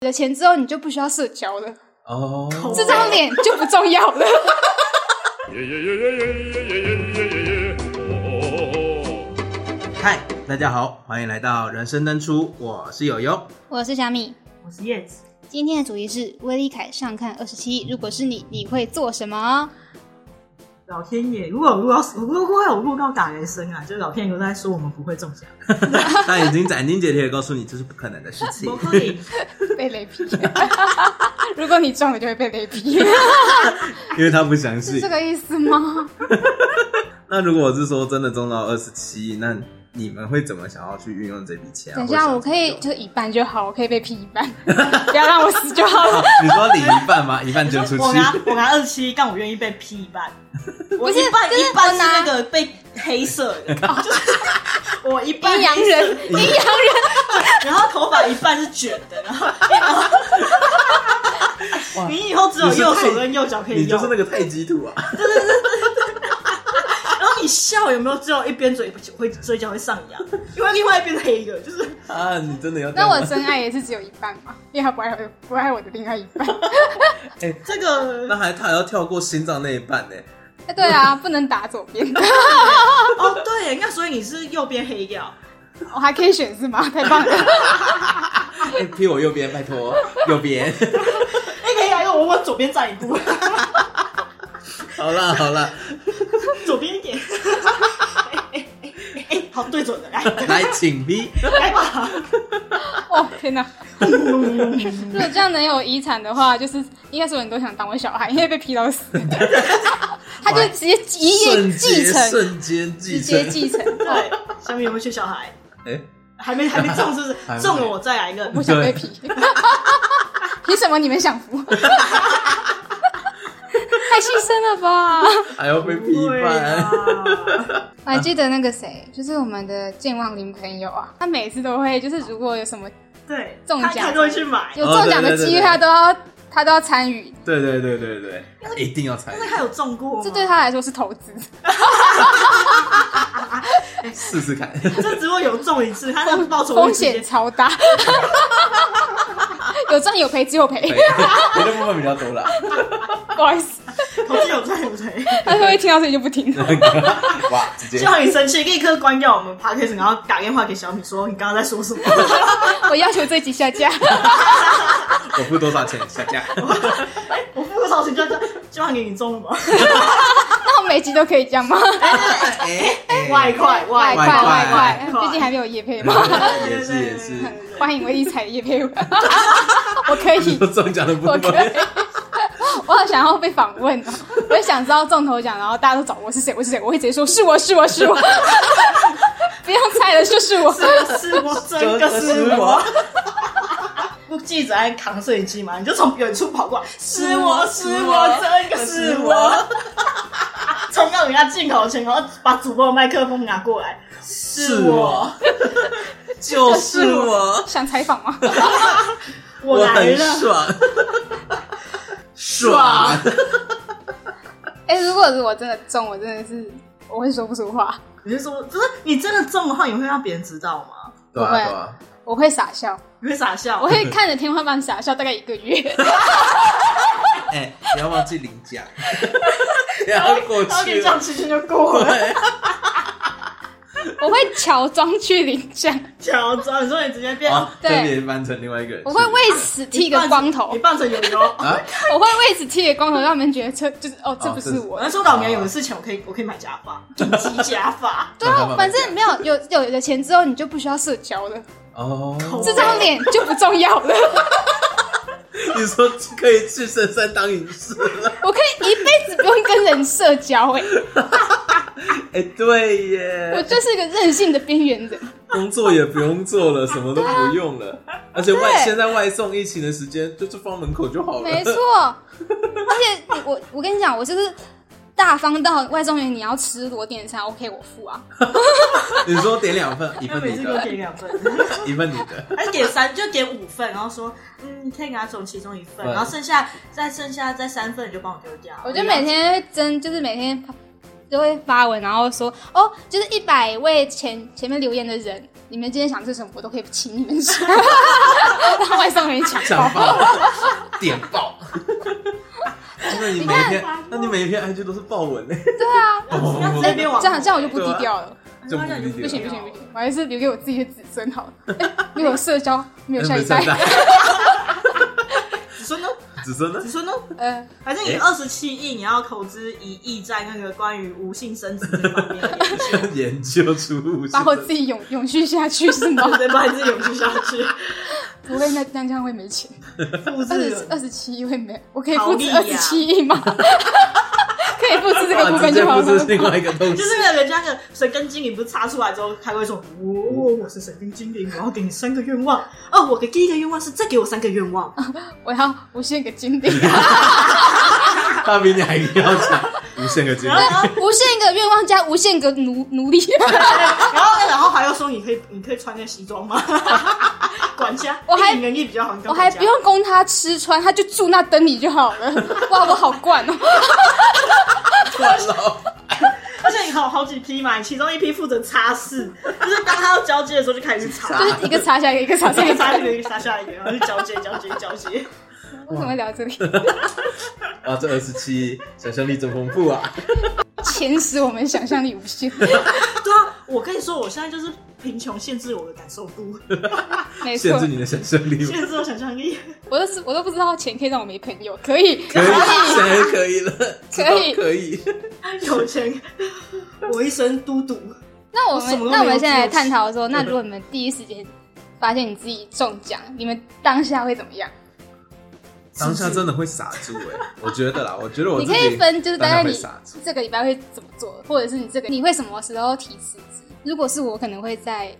有了钱之后，你就不需要社交了，哦，这张脸就不重要了。 嗨，大家好，欢迎来到人生登出，我是 友友。 我是小米，我是叶子。今天的主题是威力凯上看二十七，如果是你，你会做什么？老天爷，如果有录到，如果有录到打雷声啊，就是老天爷都在说我们不会中奖，但已经斩钉截铁的告诉你，这是不可能的事情不。可 以。被雷劈。 如果你中了，就会被雷劈，因为他不相是信这。个意思吗？那如果我是说真的中到二十七，那你们会怎么想要去运用这笔钱、啊？等一或下，者我可以就一半就好，我可以被劈一半， 不要让我死就好了。啊你说领一 半吗？一半捐出去我，拿我拿二七，但我愿意被劈一半。 我是一半就是一半我是拿那个被黑色 的，就是我一半阴阳黑色人，阴阳人，然后头发一半是卷的，然后然后你以后只 有右手跟右脚可以你就用是。那个太极图啊！ 然后你笑有没有只有一边嘴会嘴角会上扬， 因为另外一边是黑的，就是啊，你真的要这那样吗？我真爱也是只有一半嘛，因为他不爱我，不爱我的另外一 半。这那 个还他还要跳过心脏那一半呢、哎对啊，不能打左边， 哦对，那所以你是右边黑掉。我还可以选是吗？太棒了！欸劈我右边，拜托，右边。哎，可以啊，因为我往左边站一步，好啦好啦，左边一点。哎哎哎哎哎，好对准了，来来请劈。来吧。哦天 哪！如果这样能有遗产的话，就是应该是有人都想当我小孩，因为被劈到 死，他就直接 一瞬夜间继承，瞬间继直接。承继承。哦，对，下面有没有缺小孩？ 哎、还没还没中，是不 还没是？中了我再来一个。不想被劈，凭什么你们享福？ 太牺牲了吧！还要被批对判。啊，我还记得那个谁，就是我们的健忘林朋友啊，他每次都会，就是如果有什么对，中奖他他都会去买。有中奖的机会，他都要他都要参与，对对对对对，哎一定要参那他有中过吗？这对他来说是投资。与，试试看。这只会有中一次，他那报酬 风会直接险超大，有赚有赔，只有赔。赔的部分比较多啦， 不好意思，投资有赚有赔。他说一听到这里就不听了。哇，直接就让你生气，立刻关掉我们 podcast，然后打电话给小米说你刚刚在 说什么？我要求这集下架， 我付多少钱下架？我付多少钱就就就让给你中了吗？那我每集都可以这 样吗？哎、外快外外快快外快快，毕竟还没有叶配 嘛。也是也是， 欢迎为理财叶配， 我可 以，都中奖的部我可以分。。我好想要被访问哦！我也想知道中头奖，然后大家都找我是谁，我是谁，我会直接说是我是我是 我，不用猜了，就是我。是是我真的是我。我，不记者在扛摄影机嘛，你就从远处跑过来，是我是我，真的是 我。冲到人家镜头前，然后把主播的麦克风拿过来，是我，就是我，想采访 吗？我来很了。爽，爽，哎、如果是我真的中，我真的是我会说不出话，你是说，就是你真的中的话，你会让别人知道吗？对啊不会对啊，我会傻笑，你会傻笑 我？会看着天花板傻笑大概一个月。 哎、不要忘记领奖，不要过然后你去这了样，期间就过了。对，我会乔装去领奖，乔装，你说你直接变好，对分别哦翻成另外一个人去，我会为此剃个光头你，扮成友友。啊，我会为此剃个光头，让他们觉得这就是哦，这哦不这是是 我我。。在说老娘有的事情，我可以我可以买假 发，顶级假发对慢慢啊，反慢慢正没有有有了钱之后，你就不需要社交了，哦，这张脸就不重要了。 你说可以去深山当隐士 了？我可以一辈子不用跟人社交、哎，哎、对我耶，就是一个任性的边缘人。工作也不用做了，什么都不用了，而且外对啊现在外送疫情的时间，就是放门口就好了。没错，而且你我我跟你讲，我就是大方到外送员你要吃裸点餐，OK，我付啊。你说点两份，一因为份每你次给我的，点两份，一份你的，还点三就点五份，然后说嗯，你可以给他总其中一份，嗯然后剩下再剩下再三份你就帮我丢掉。我就每天会蒸，就是每天就会发文，然后说哦，就是一百位前前面留言的人，你们今天想吃什么，我都可以请你们 吃，他外送人抢想爆。 爆，点爆。那你每一篇，那你每一篇 IG 都是爆文呢？对啊，那边网这样这样我就不低调了，就不理解不了行不行不行，我还是留给我自己的子孙好了。 哎没有社交，没有下一没事代， 的子孙呢？子孙呢？子孙呢？ 呃，反正你二十七亿，你要投资一亿在那个关于无性生殖这方面的研究，研究出把我自己永永续下去是吗？对，把你自己永续下去，不会，那那这样会没 钱。复二制十二十七亿会没有？我可以好复利制呀二十七亿吗？ 可以复制这个部哇，分直接就啊好不啊是了。另外一个东西 就。是那个人家的神跟精灵不是插出来之后，他会说：“哦我、我是神跟精灵，我要给你三个愿望。哦，我的第一个愿望是再给我三个愿望。我要无限个金币，他比你还要强，无限个精力然。后，啊无限个愿望加无限个奴奴 隶。然后，然后还要说你可以，你可以穿个西装吗？ 管家，我还你能力比较好，你当我还管家不。用供他吃穿，他就住那灯里就好 了。哇，我好惯哦！而且你好好几批嘛，你其中一批负责擦拭，就是当他要交接的时候就开始去擦，就是一个插下一个，一个插下这一个个。擦一个，一个擦下一个，然后去交接，交接，交接。为什么会聊这里？哇，啊这二十七想象力真丰富啊！钱使我们想象力无限，对啊，我跟你说，我现在就是贫穷限制我的感受 度，没错限。制你的想象力吗？限制我想象力。我都是我都不知道钱可以让我没朋友，可以可以，现在可以了，知道可以。有钱，我一身都督。那我我什们么都那我没有们现在来做探讨说，那如果你们第一时间发现你自己中奖，你们当下会怎么样？当下真的会傻住哎，我觉得啦，我觉得我你自可以己分，就是大概当下会你傻住。这个礼拜会怎么做，或者是你这个你会什么时候提辞职？如果是我，可能会在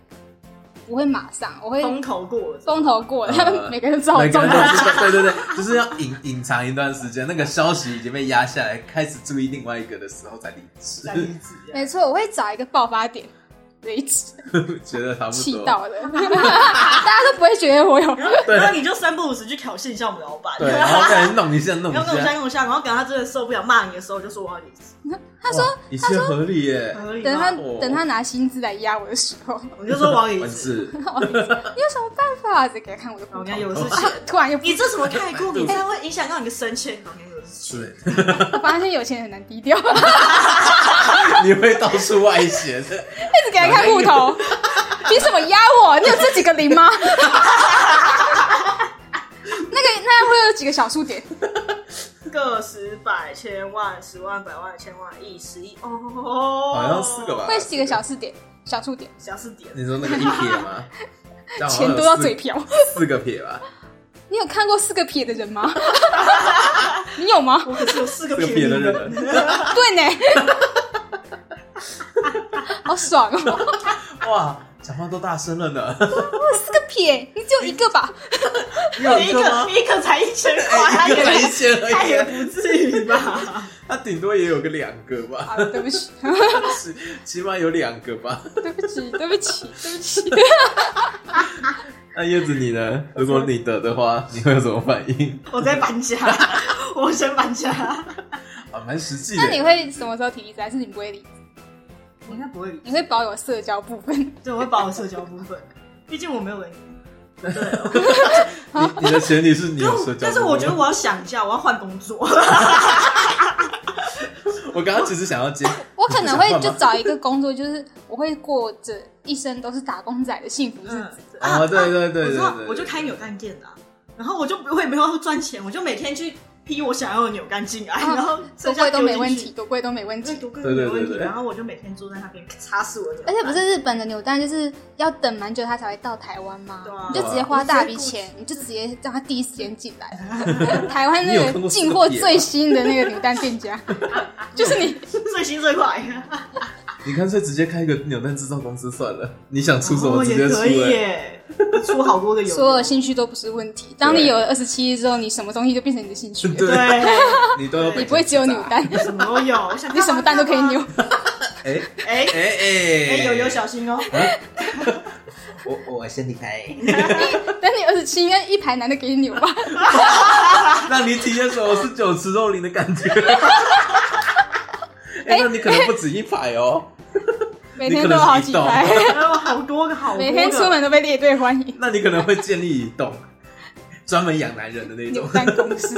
不会马上，我会风头过了，风头过了，呃他们每个人都知道我每个中人都奖。知道，对对对，就是要隐隐藏一段时间，那个消息已经被压下来，开始注意另外一个的时候才离职在，离职啊。没错，我会找一个爆发点为止， 觉得差不气多。到了， 大家都不会觉得我 有。然后，然后你就三不五时去挑衅一下我们老板，对，然后再弄一下弄一要跟我下下，跟我下，然后等他真的受不了骂你的时候，就说我要离职，他说一切哦合理耶，合理等他吗？哦等他拿薪资来压我的时候，我就说我要离完 职， 事。我会说你有什么办法？再给他看我的然后户我跟他头。有事情哦啊， 突然又不 你这什么态度？你这样会影响到你的升迁。然后我跟他有事情对，我发现有钱人很难低调，一 你会到处外显的。直给他看户头，凭什么压我？你有这几个零 吗？那个那样会有几个小数点？个十百千万十万百万千万亿十亿哦，好像四个吧，会几个小数点？小数点，小四点。你说那个一撇 吗？这样好像钱有多到四嘴瓢。四个撇吧，你有看过四个撇的人 吗？你有吗？我可是有四个四个撇便的宜人，对 呢，好爽哦！哇，讲话都大声了呢。四个撇，你只有一个吧？你 有一一个吗个？一个才一千块，他 哎一也个才一千而他也已，不至于 吧？他顶多也有个两个吧，好啊了，对不起，起起码有两个吧。 对不起，对不起，对不起。那叶子你呢？如果你得的话，你会有什么反应？我在搬家， 我先搬家。啊，蛮实际的。那你会什么时候提离职？还是你不会离职？我应该不会，你会保有社交部分？对，我会把我社交部分，毕竟我没有人。你你的前提是你有社交，但是我觉得我要想一下，我要换工作。我刚刚其实想要 接，啊我可能会你不就想换吗找一个工作，就是我会过着一生都是打工仔的幸福日嗯子。， 啊，对对对我对知道，对，我就开扭蛋店的啊，然后我就我也没有赚钱，我就每天去批我想要的扭蛋进来，啊 然后多嗯剩下贵丢都进去没问题，，多贵都没问对，题。多贵都对对没问对哎题。对然后我就每天坐在那边擦死我的，而且不是日本的扭蛋，就是要等蛮久它才会到台湾吗对啊？啊你就直接花大笔钱，你就直接让它第一时间进 来。台湾你有那看个过四个进货点吗最新的那个扭蛋店 家，就是你。 最新最快，你干脆直接开一个扭蛋制造公司算了，你想 出什么哦直接也出、可以欸。耶，出好 多个有所有兴趣都不是问题。当你有了二十七之后，你什么东西就变成你的兴趣了。对对，你都要你不会只有扭 蛋，什么都有，想你什么蛋都可以扭。 干嘛。哎哎哎哎哎，有有小心哦， 我我先离 开，等你二十七，应该一排男的给你扭吧。 让你体验什么是酒池肉林的感觉。哎、哎、那你可能不止一排哦，每天都有好几排你可，能还有好多个，好 多个。每天出门都被列队欢迎，那你可能会建立一 栋专门养男人的那扭种。蛋公司。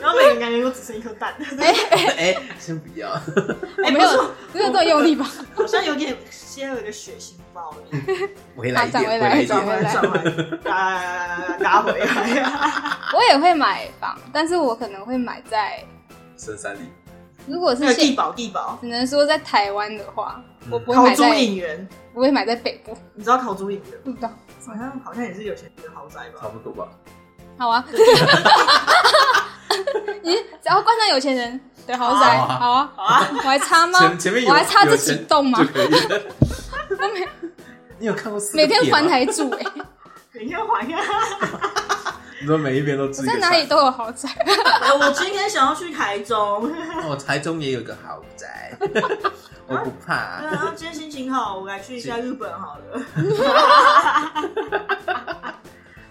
然后每个人感觉都只剩一颗 蛋，哎、 哎、先不要，我哎没不是有，这个都用力吧？好像有点先有一个血腥暴力，嗯回来一点，啊转回来来一转点回。来 转来， 打打回来。我也会买房，但是我可能会买在，深山里，如果那个是地现，保地保，只能说在台湾的话，我不会考买租在，影员，不会买在北部，你知道考租影员吗？不知道。好像好像也是有钱人的豪宅差吧？不多吧。好啊，你只要冠上有钱人的豪宅，好啊好啊，好啊，我还差吗？前前面有，我还差这有几钱栋吗就？可以 了。我 每你有看过四个每天点吗还？台住哎、每天还 呀。你说每一边都我自在哪里？都有豪宅， 哎我今天想要去台中，哦，台中也有个豪 宅，我不怕、然后啊今天心情好，我来去一下日本好了。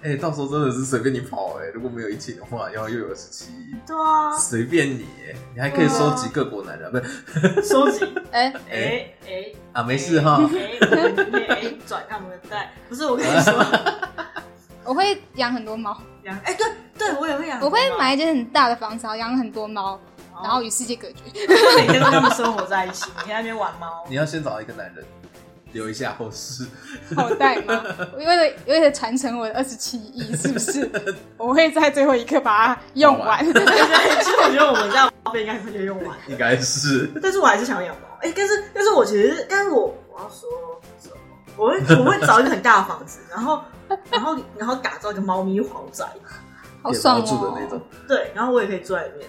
哎、到时候真的是随便你跑哎、如果没有疫情的话，然后又有十七亿，对啊，随便你、哎你还可以收集各国男人，不是收集，哎、 哎哎哎，啊，没事哈。哎哎哎，转他们的蛋，不是我跟你 说，我会养很多猫，养哎对对，我也会养，我会买，一间很大的房子，然后养很多猫，然后与世界隔绝。每天跟他们生活在一起，每天在那边玩猫你。要先找一个男人，留一下后事。 好带吗？我为了为了传承我的二十七亿，是不是？我会在最后一刻把它用完。对，其实我觉得我们家花费应该会用完，应该是但是我还是想养猫。哎，但是但是我其实，但是我我要说什么？我会我会找一个很大的房子，然后 然后然后打造一个猫咪豪宅， 好爽野猫住的那哦种！对，然后我也可以住在里面。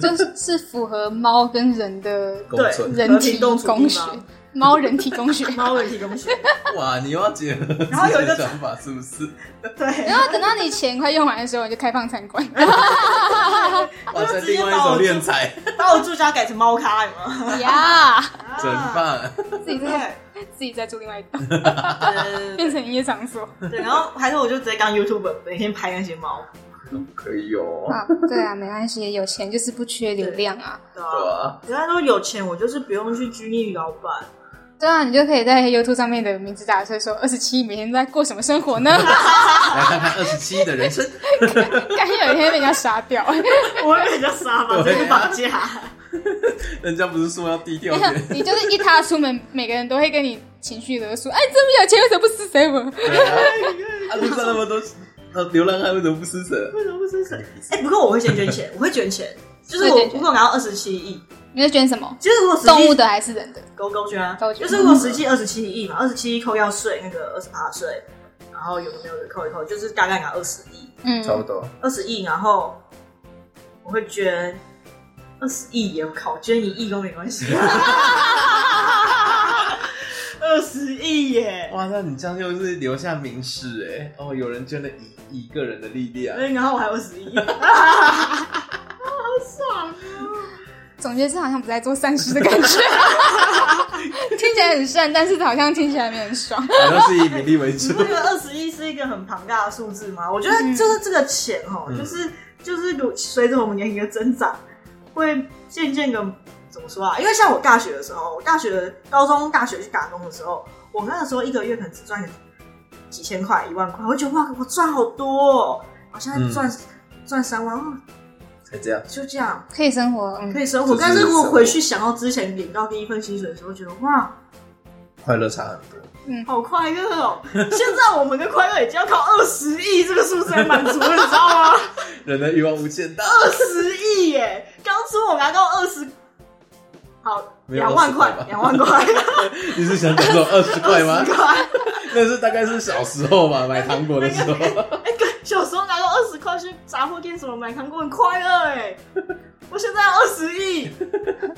就是是符合猫跟人的公村。人体和平共处工地学方，猫人体工学。猫也提供学，哇，你又要结合然后有一个自己的想法是不是？对，然后等到你钱快用完的时候，你就开放参观。哇，在另外一种练财，把我住家改成猫咖，有吗？呀， 真棒！自己对！在自己在住另外一栋，对对变成营业场所对对，然后还是我就直接当 YouTuber，每天拍那些猫，可以哦，啊。对啊，没关系，有钱就是不缺流量啊。对对吧？吧？人家都有钱，我就是不用去拘泥于老板，对啊，你就可以在 YouTube 上面的名字打出来说二十七每天在过什么生活呢？来看看二十七的人 生，感觉有一天被人家杀掉。我会比较傻吧，对啊这是绑架。人家不是说要低调你看点？， 你就是一踏出门，每个人都会跟你情绪勒索。哎，这么有钱，为什么不施舍我？对啊，啊路上那么多呃流浪汉，为什么不施舍？为什么不是谁？哎，不过我会先捐钱，我会捐钱，就是会我捐钱如果拿到二十七亿，你在捐什么？其实如果实动物际的还是人的？狗狗捐啊狗，捐就是如果实际二十七亿嘛，二十七亿扣要税，那个二十八税，然后有的没有的扣一扣，就是大概拿二十亿。嗯，差不多，二十亿，然后我会捐二十亿也好，捐一亿都没关系。二十亿耶！ 哇，那你这样又是留下名士哎、哦，有人捐了一一个人的力量，哎然后我还有二十亿，总觉得这好像不在做善事的感 觉，听起来很善，但是好像听起来没很爽。好像是以名利为 你主不。觉得二十亿是一个很庞大的数字吗？我觉得就是这个钱哦，嗯就是就是随着我们年龄的增长，会渐渐的怎么说啊？因为像我大学的时候，我大学高中、大学去打工的时候，我那个时候一个月可能只赚几千块、一万块，我就觉得哇，我赚好多、哦，我现嗯在赚、赚三万，哦才这样，就这样可以生活，可嗯，以生这活。是但是如果回去想到之前领到第一份薪水的时候，觉得哇，快乐差很多。好快乐哦！现在我们的快乐已经要靠二十亿这个数字来满足了，你知道吗？人的欲望无限大，二十亿耶！当初我拿到二十，好没有两万块20吧，两万块，你是想讲这种二十块吗二十？块。那是大概是小时候吧，买糖果的时候。哎、哥，小时候拿到二十块去杂货店什么买糖果很快乐哎，我现在二十亿，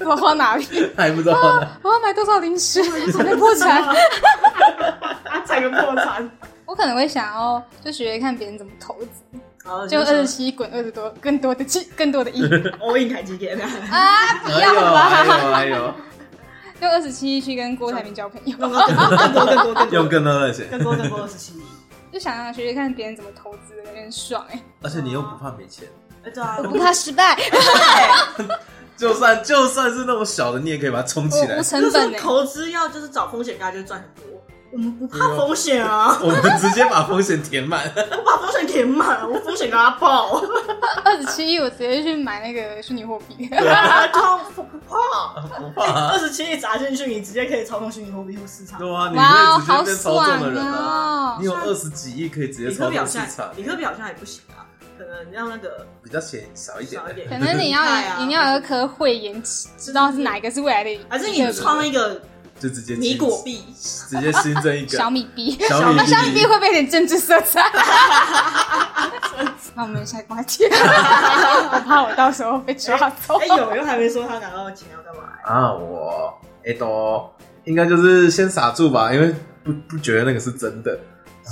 我花哪里？还不知道啊呢。我要买多少零食才能破 产？踩啊个破产。我可能会想要就学学看别人怎么投资，然后就二十是七滚二十多，更多的七，更多的 亿 all in 台积电啊，啊！不哎要呦哎吧，呦哎呦，用二十七去跟郭台铭交朋友。用到更多更多 更用多更多的钱，更多更多二十七亿。就想想学学看别人怎么投资的，有点爽哎、而且你又不怕没钱，对啊，不怕失败，就算就算是那种小的，你也可以把它冲起我来无。那成时候本欸呢。投资要就是找风险，大家就赚很多。我们不怕风险啊，我们直接把风险填满，我把风险填满了，我风险给它爆，二十七亿，我直接去买那个虚拟货币。他不怕。不怕啊、二十七亿砸进去，你直接可以操控虚拟货币市场。对啊，你哇哦会直接被操纵的人好爽哦啊！你有二十几亿可以直接理操科表纵市现场，，理科表现也不行啊，可能让那个比较钱少一点少一的。点可。能你要很厉害啊你要有一颗慧眼，知道是哪一个是未来的，还是你创一个就直接新米果币，直接新增一个小米币。小米那币小米币会不会有点政治色彩？那我们下一个话题，我怕我到时候被抓走。哎，有人还没说他拿到钱要干嘛？啊，我哎都应该就是先傻住吧，因为不不觉得那个是真的，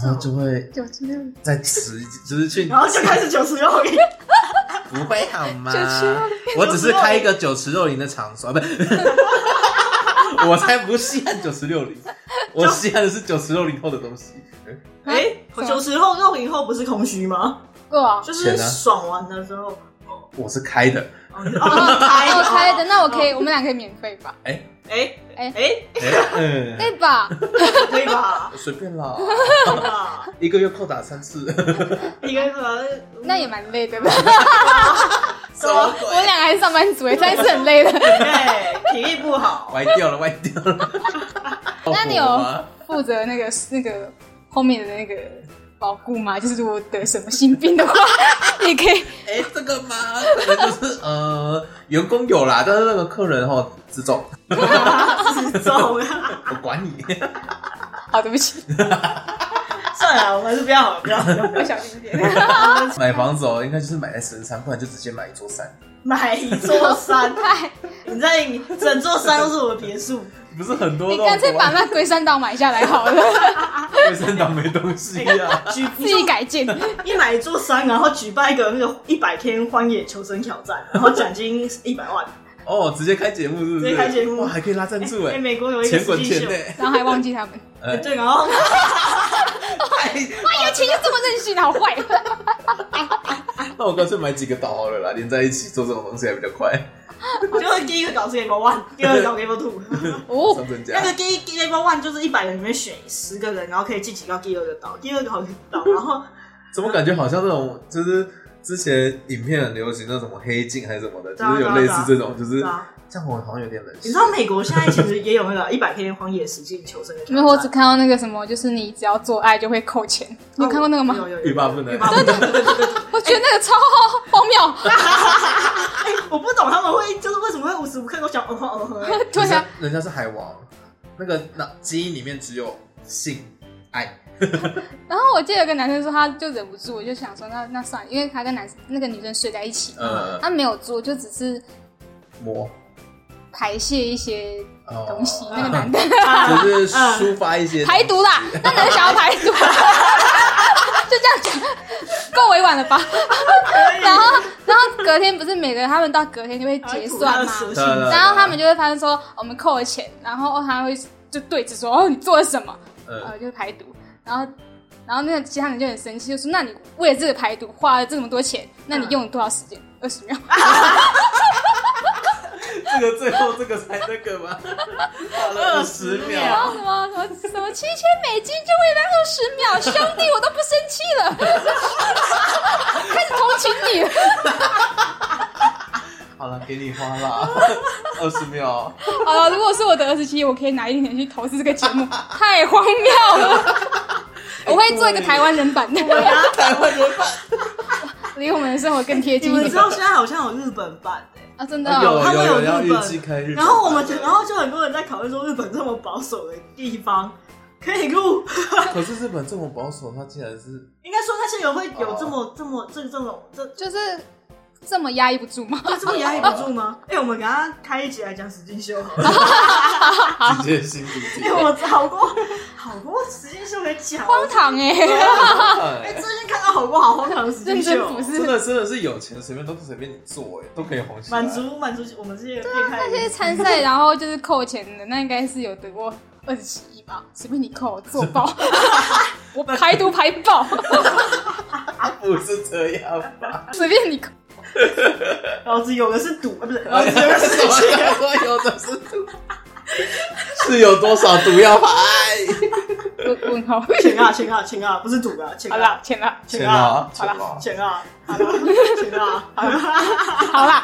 然后就会九十六，再持，就是去然后就开始九十六亿，不会好吗九十肉？我只是开一个九十六零的场所，啊不， 我才不稀罕九十六零，我稀罕的是九十六零后的东西。嗯哎，九十后六零后不是空虚吗？哇！就是爽完了之后，我是开的，哦，开我猜的，那我可以，我们俩可以免费吧？哎哎哎，哎嗯， 对吧？可以吧？随便啦，可以吧？一个月扣打三次， 应该说嗯那也蛮累的吧？什么鬼我们两个还是上班族，欸但是很累的。对，体力不好， 歪掉了，歪掉了。那你好火啊吗有负责那个那个后面的那个保护吗？就是如果得什么心病的话， 你可以哎、这个嘛，可能就是呃，员工有啦，但是那个客人哈自重，自重啊。我管你。 好，对不起，算了，我们还是不要好了，不要好了我小心一点。买房子哦，应该就是买在身上，不然就直接买一座山，买一座山，太，你在整座山都是我的别墅，不是很多你干脆把那龟山岛买下来 好了，龟山岛没东西 啊。 举自己改建。一买一座山，然后举办一个那个一百天荒野求生挑战，然后奖金一百万。哦，直接开节目是不是？直接开节目哇，还可以拉赞助哎、哎，美国有一个钱实滚境钱秀，呢。然后还忘记他们。哎对，然后哇，有钱就这么任性，好坏。那我干脆买几个岛好了啦，连在一起做这种东西还比较快，就是第一个搞是 Game One，第二个搞 Game Two。 哦上，增加那。个第一 Game One 就是一百人里面选十个人，然后可以晋级到第二个岛，第二个岛，然后怎么感觉好像那种就是之前影片很流行那什么黑镜还是什么的，对就啊是有类似这种，就是对啊。像我好像有点冷。你知道美国现在其实也有那个一百天荒野实境求生的挑没有，我只战。看到那个什么，就是你只要做爱就会扣钱。你有看过那个吗？有有有欲罢不能欲罢不能。对对对对我觉得那个超荒谬。 哎，我不懂他们会就是为什么会无时无刻都想哦哦哦。哦对啊，人家是海王，那个那基因里面只有性爱，然后我记得有个男生说，他就忍不住，我就想说，那那算了，因为他跟男生那个女生睡在一起，呃，啊他没有做，就只是魔排泄一些哦东西。那个 男的就是嗯抒发一些排毒啦，那男的想要排毒，就 这样讲，够委婉了吧？然后，然后隔天不是每个人他们到隔天就会结算吗？ 啊对对对然后他们就会发现说哦我们扣了钱，然后他会就对峙说哦你做了什么？呃，呃，就是排毒。然后，然后那个其他人就很生气，就说那你为了这个排毒花了这么多钱，那你用了多少时间？二十秒。这个最后这个才那个 吗？花了十然秒，哦后什么什么什么七千美金就为了二十秒，兄弟我都不生气了， 开始同情你了。好了，给你花 了二十秒， 好了，如果是我的二十七，我可以拿一点点去投资这个节目， 太荒谬了。 我会做一个台湾人版的，台湾人版离我们的生活更贴你近一们点知。道现在好像有日本版哎、啊，真的有哦、他们有有要日本预计开日本版，然后我们就，然后就很多人在讨论说，日本这么保守的地方可以录，可是日本这么保守，他竟然是应该说那些人会有这么、这么这这种这就是这么压抑不住吗？这这么压抑不住吗？哎、我们给他开一集来讲实境秀好了，直接心理 因为我好过好过实境秀可以讲，荒唐哎、哎、哎，最近看到好过好荒唐的实境认真秀，不真是。的真的是有钱随便都随便你做哎，都可以红起来满足满足我们啊这些变态这些人。参赛然后就是扣钱的，那应该是有得过二十七亿吧？随便你扣，做 爆，我排毒排爆，不是这样吧？随便你扣。老子有的是赌，啊不啊是，老哎子呀有的是我钱。刚说有的是毒，是有多少毒哎要排？问问号。钱啊钱啊钱啊，不是赌啊，钱好啊啦，钱啦，钱啊钱啊钱啊，好啦钱啊好啦，好啦，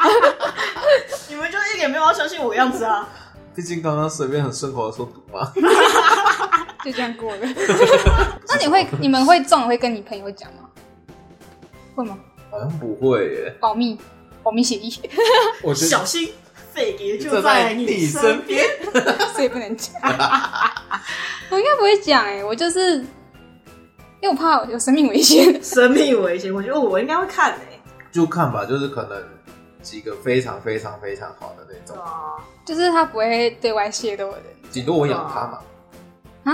你们就一点没有要相信我样子啊。毕竟刚刚随便很顺口的说毒啊嘛。 就这样过 了。那你会，你们会中会跟你朋友讲吗？会吗？好像不会耶，保密，保密协议， 我觉小得心，肺结这就在你你身哦边。所以不能 讲。我应该不会讲哎、我就是因为我怕有生命危险。 生命危险，我觉得我应该会看诶、就看吧，就是可能几个非常非常非常好的那对种，啊，就是他不会对外泄露的。顶多我养它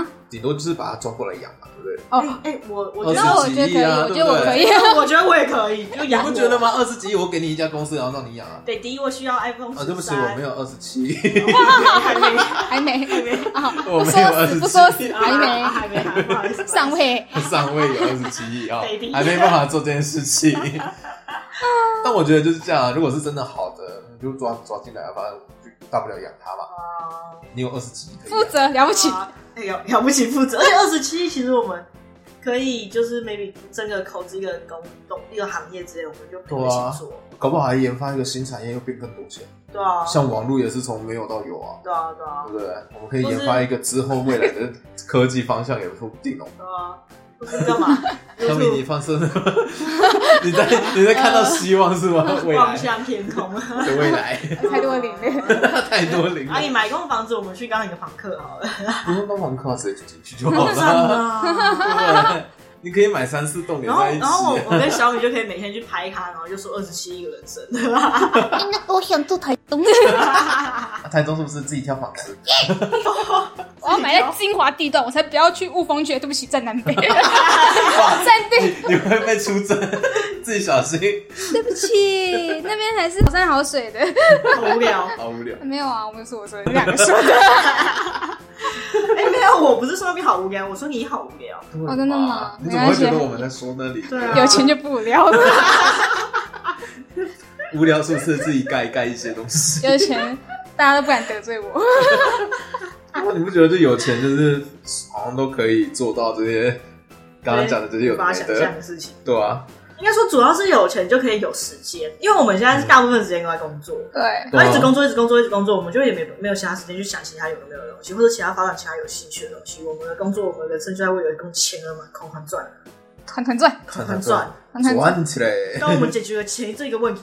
嘛，啊，顶多就是把它抓过来养嘛，对不对？哦，哎、我我二觉然后得我觉得可以，啊我觉得我可 以。我觉得我也可以，就养你我不觉得？吗？二十几亿我给你一家公司，然后让你养啊？对，第一我需要 iPhone 啊，十三、对不起，我 没有二十七，有，还没，还没，啊，我不没有说二死，十不说七死，亿，还啊没还没，还不好意思，上位。 上位有二十七亿啊北，平还没办法做这件事情。但我觉得就是这样啊，如果是真的好的，你就抓抓进来啊，反正就大不了养它嘛。啊，你有二十几亿可以负养，责了不起，啊哎了了不起，负责。而且二十七，其实我们可以就是 maybe 真的投资一个工懂一个行业之类，我们就可以一对啊起做。搞不好还研发一个新产业，又变更多钱。对啊，像网络也是从没有到有啊。对啊，对啊对，不对？我们可以研发一个之后未来的科技方向也说不定哦。对啊，不是干嘛？ 小米，你放生了吗？ 你在你在看到希望是吗？未来望向天空。啊的未来， 太多零了。太多零啊，你了，买一栋房子，我们去当你的房 客好了。不用帮忙靠直接进去就好了。啊。对，你可以买三四栋连然后在，一然后我起。啊我跟小米就可以每天去拍他，然后就说二十七个人生， 我想住台东，啊台中是不是自己挑房子？我要买在精华地段，我才不要去雾峰区。对不起，在 南北，哇，在北， 你你会被出征，自己小心。对不起，那边还是好山好水的。好无聊。好无聊，没有啊，我们说我说的，你两个说 的。哎、没有，我不是说你好无聊，我说你好无聊。哦真的吗你怎么会觉没关得系我们在说那里？对啊有钱就不无聊了，无聊是不是自己盖一盖一些东西？有钱大家都不敢得罪我。哇，啊你不觉得就有钱就是好像都可以做到这些刚刚讲的这些有无的法没想象的，的事情。对啊，应该说，主要是有钱就可以有时间，因为我们现在是大部分时间都在工作，对，然后一对直啊工作，一直工作，一直工作，我们就也没没有其他时间去想其他有的没有的东西，或者其他发展其他有兴趣的东西。我们的工作，我们的人生就在为了工钱而嘛狂欢赚，团团转，看很看赚啊赚，团团转，赚起 来，当我们解决了钱这个问题，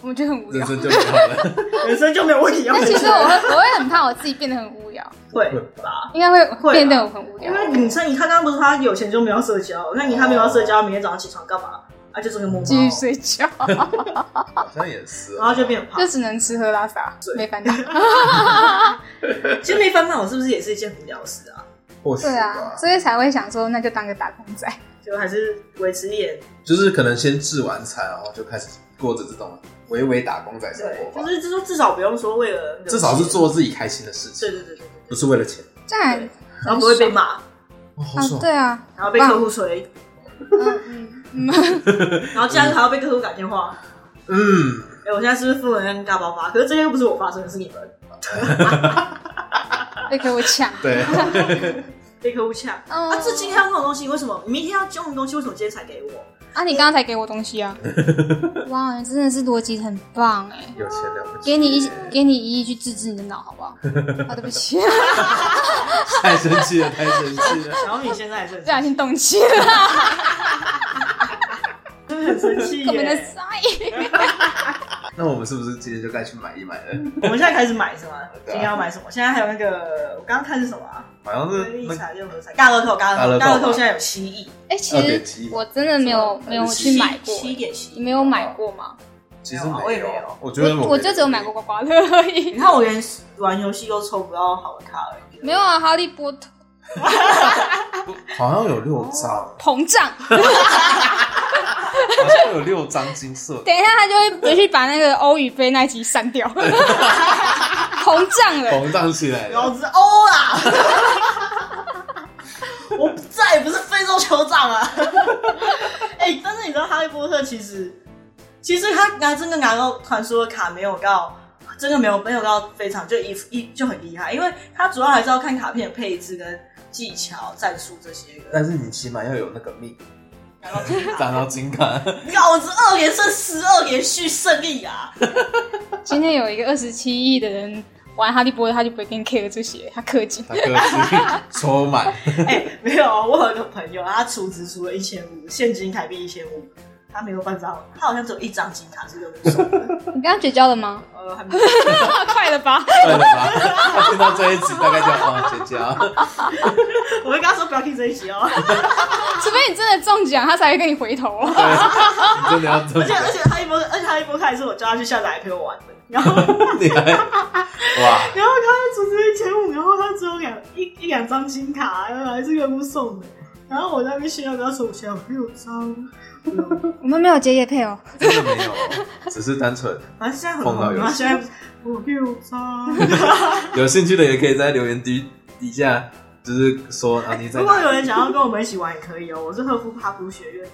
我们觉得很无人聊。生就美好 了。人生就没有问题要但解其实 决。我会，我会很怕我自己变得很无聊，会会吧？应该会会啊变得很无聊。因为女生，你看刚刚不是他有钱就没有社交，那你看没有社交，明天早上起床干嘛？啊，就整个摸猫，继续睡觉，哦好像也是，啊然后就变就胖。只能吃喝拉撒，没烦恼。其实没烦恼，是不是也是一件无聊的事啊？或许对啊，吧，所以才会想说，那就当个打工仔。就还是维持一点就是可能先治完餐，然后就开始过着这种微微打工仔生对，活就吧。是就说至少不用说为了，至少是，做自己开心的事情，对对对对不对，是为了钱。这样很然后不会被骂，哇，哦好啊，爽！对啊，然后被客户催，嗯嗯嗯，然后这样还要被客户打电话。嗯，哎、我现在是不是负能量大爆发？可是这些又不是我发生的，是你们嗯被给我抢。对，被客户呛。嗯啊，这今天要用的东西，为什么你明天要用的东西，为什么今天才给我？啊，你刚刚才给我东西 啊！哇，你真的是逻辑很棒哎。有钱了不起。给你一给你一亿去治治你的脑，好不好？啊，对不起， 太生气了，太生气了。 小米现在也是不小心动气 了，真的很生气根本的耶。塞。那我们是不是今天就该去买一买了？我们现在开始买是吗？对啊今天要买什么？现在还有那个，我刚刚看是什么啊？好像是理那财六合彩，大乐透，大乐透，大大乐透乐透现在有七亿，哎，其实2.7我真的没有没有去买过，七点七啊你。没有买过吗？其实没有啊我没也没有有，我觉得我我就只有买过刮刮乐而已你。看我连玩游戏都抽不到好的卡而已。没有啊，哈利波特好像有六张，膨胀， 好像有六张金色。等一下他就会回去把那个欧语杯那一集删 掉，膨胀了。膨胀起来老了，子欧啦！ 我 再也不是非洲酋长了。哎、但是你知道《哈利波特》其实其实他拿真的拿到传说的卡没有到，真的没有没有到非常就一一就很厉害，因为他主要还是要看卡片的配置跟技巧、战术这些的。但是你起码要有那个 命，拿到金卡打到金卡，老子二连胜，十二连续胜利啊！今天有一个二十七亿的人玩哈利波特，他就不会跟 care 这些，他氪金。他各自抽满，哎、没有，我有一个朋友，他储值出了一千五，现金台币一千五，他没有办法，他好像只有一张金卡是用不手的， 你跟他绝交了吗？呃，还没有快了吧？ 对了吧？他听到这一集大概就哦，绝交，我会跟他说不要听这一集哦。 除非你真的中奖，他才会跟你回头。对，你真的要这而且么而且哈利波特，而且哈利波特还是我叫他去下载来陪我玩的。然后你还哇，然后他储值一千五，然后他只有两一一两张金卡，然后还是人物送的。然后我在那边炫耀，跟他说我现在有六张， 我们没有接叶配哦，真的没有，只是单纯反正现在很疯到红，有然后现在我有六张。有兴趣的也可以在留言底底下， 就是说啊，你在如哪果里有人想要跟我们一起玩也可以哦，我是赫夫帕夫学院。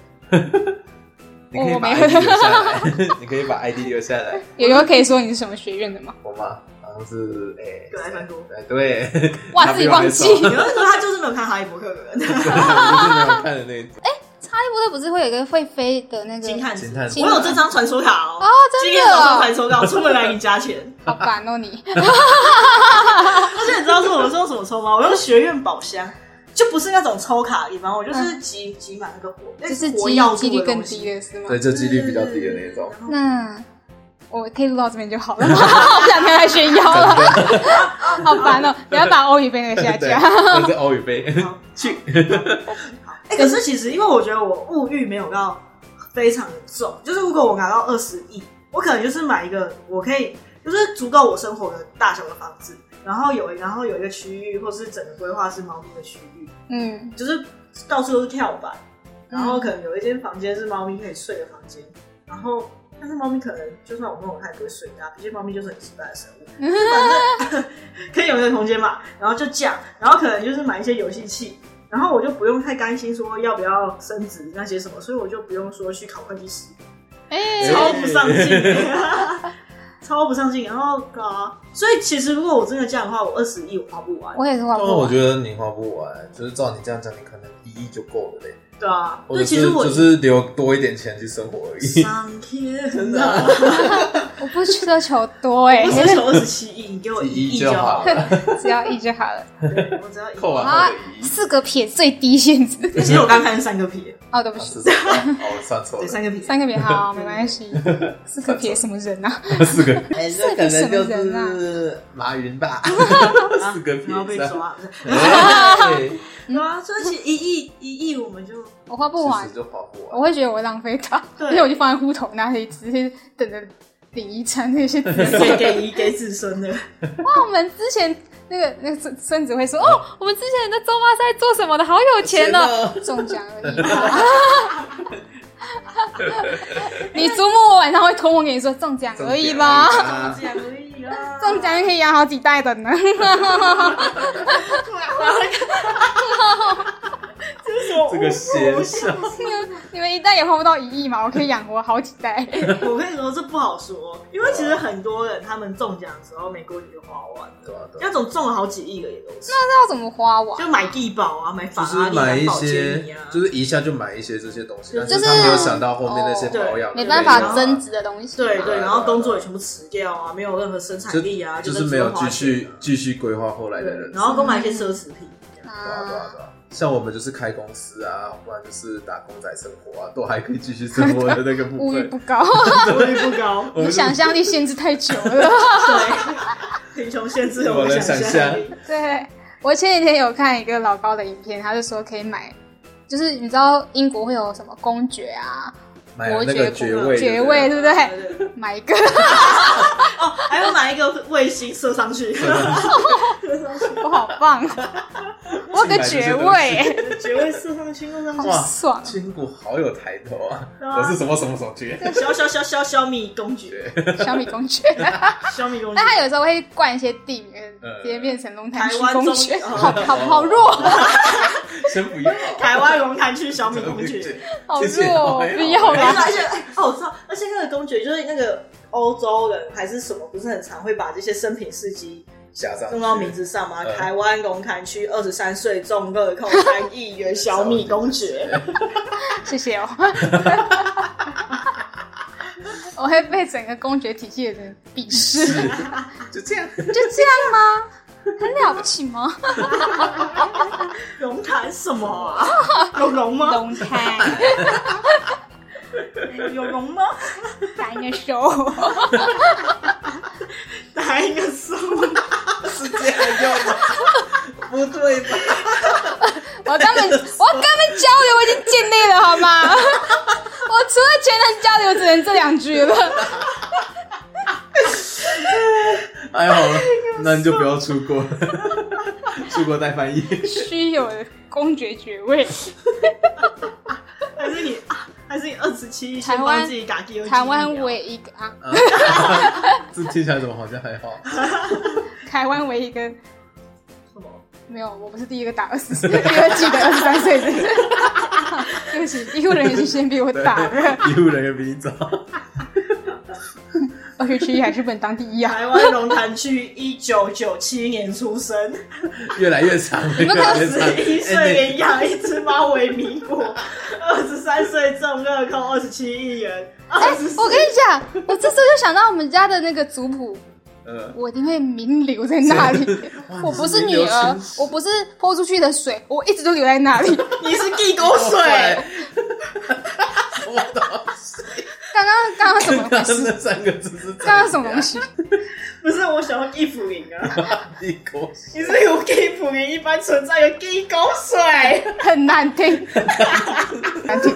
你可以我把没 ID 留下来，你可以把 ID 留下来。有有可以说你是什么学院的吗？我嘛，好像是哎，对来传说哎对，哇他自己没有忘那记种有人说他就是没有看哈利波特 的人，对我就是没有看的那一种。哈利波特不是会有一个会飞的那个？金探子金探子，我有这张传说卡哦，哦，今真天的早上哦，才收到，出门来 你加钱。好烦哦 你。而且你知道是我是用什么抽吗？我用学院宝箱，就不是那种抽卡的地方，我就是集集满那个火，嗯那就是火机药几率度的更东西嗯低的是吗对，？这几率比较低的那一种。然后那我可以录到这边就好了， 我不想跟他炫耀了， 好烦哦！不要把欧语变成下啊对，架。那是欧语杯， 好去哎、可是其实因为我觉得我物欲没有到非常的重，就是如果我拿到二十亿，我可能就是买一个我可以就是足够我生活的大小的房子，然后有然后有一个区域或是整个规划是猫咪的区域，嗯，就是到处都是跳板，然后可能有一间房间是猫咪可以睡的房间，然后但是猫咪可能就算我弄它也不会睡它，毕竟猫咪就是很奇怪的生 物，反正 可以有一个空间嘛，然后就这样，然后可能就是买一些游戏器。然后我就不用太担心说要不要升职那些什么，所以我就不用说去考会计师，哎，超不上进， 超不上进。然后啊，所以其实如果我真的这样的话，我二十亿我花不完，我也是玩哦，过我。觉得你花不完，就是照你这样讲，你可能一亿就够了嘞，对啊。或那者其是实我就是留多一点钱去生活而已。上天 真的啊啊！我不奢求多哎我，只求二十七亿，你给我一亿一亿就好好了。了 只要一就好了。对我只要一亿。扣完啊后的 一亿，四个撇最低限制。其实我刚看是三个撇，哦，对不啊起 是，这样哦，我算错对，了，三个撇。三个撇好，没关系。 四个撇什么人啊？四个，哎，这可能就是马云 吧，啊四个然后被撇抓。 哎对啊，所以其实一亿一亿我们就 我花不完其实，就花不我完。会觉得我浪费它，对所以我就放在户头那里，只是等着领遗产那些子孙。 给给一给子孙的。哇，我们之前那个那个孙孙子会说，哦，我们之前的周妈在做什么的，好有钱呢、中奖而已嘛。 你祖母晚上会托梦给你说中奖而已啦， 啊，讲而已啊中奖就可以养好几代的呢。 这个邪笑，你们一代也花不到一亿嘛，我可以养活好几代。我跟你说，这不好说，因为其实很多人他们中奖的时候没过几就花完，对啊对啊那种中了好几亿的也都是，那要怎么花完？就买地保啊，买就法拉是利、买一买保些健品啊，，就是一下就买一些这些东西，但就是是哦他没有想到后面那些保养，没办法增值的东西。对对对，啊然后工作也全部辞掉啊，没有任何生产力啊，就在是没有只花继续钱啊继续规划后来的对，人然生。后购买一些奢侈品。对啊对啊啊，对啊，像我们就是开公司啊，不然就是打工仔生活啊，都还可以继续生活的那个 部物欲分。不 高，我也不高，我我们想象力限制太久了。对，贫穷限制了我的想象力。对，我前几天有看一个老高的影片，他就说可以买，就是你知道英国会有什么公爵啊、买了那个爵位，爵位，对对不对？对对买一个，哦，还要买一个卫星射上去，我好棒哦！我有个爵位，爵位射上去，射上好去。哇爽不对。千古好有抬头啊！对啊我是什么什么什么 爵？啊小小小小小米公爵，小米公爵，小米公爵但，他有时候会灌一些地名，呃哦直接变成龙潭区台湾公中爵，哦 好好好弱，先不要，台湾龙潭区小米公爵。好谢谢弱，哎呀不要哎呀啊而且哎哦，我知道，而且那个公爵就是那个欧洲人还是什么，不是很常会把这些生平事迹假账弄到名字上吗？嗯台湾龙坎区二十三岁中乐扣三亿元小米公爵，谢谢哦。 我会被整个公爵体系的人鄙视，就这样。就这样吗？很了不起吗？龙潭什么 啊？有龙吗？龙胎有龙吗？打你的手，打一个手，是这样用吗？ 不对吧？我要跟他们，我要跟他们交流，我已经尽力了，好 吗？我除了全能交流，只能这两句了。哎，好了，那你就不要出国 了，出国带翻译。虚有的公爵爵位，还是你啊？还是你二十七？台湾自己打 D 台湾唯一一个啊，啊 这听起来怎么好像还好？台湾唯一一个什么？没有，我不是第一个打二十岁，第二季的二十三 岁的。对不起，医护人员是先比我对打的，， 医务人员比你早。二十七还是本当第一 啊！台湾龙潭区一九九七年出生， 越来越长，越们来刚越十长。哎一岁你领养一只猫为民 国，二十三岁中乐扣二十七亿元，哎、二十我跟你讲，我这时候就想到我们家的那个族谱，呃，我一定会名留在那里。我不是女儿，我不是泼出去的水，我一直都留在那里。你是地沟水，我操！ 刚刚刚刚什么东刚刚 西？那三个字是刚刚什么东？西？不是我想要地府林啊，一口水你是有地府林一般存在的地沟水，很难 听，难 听。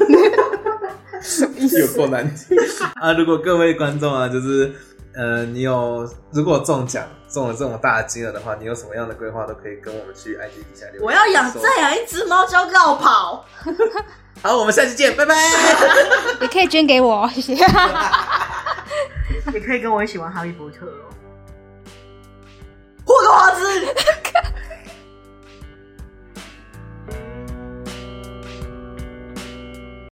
什么意有思？够难听啊！如果各位观众啊，就是呃，你有如果中奖中了这种大金额的话，你有什么样的规划都可以跟我们去 IG 底下留言。我要养再养一只猫叫绕跑，好，我们下期见，拜拜。你可以捐给我哦，谢谢。你可以跟我一起玩哈利波特哦，霍格华兹。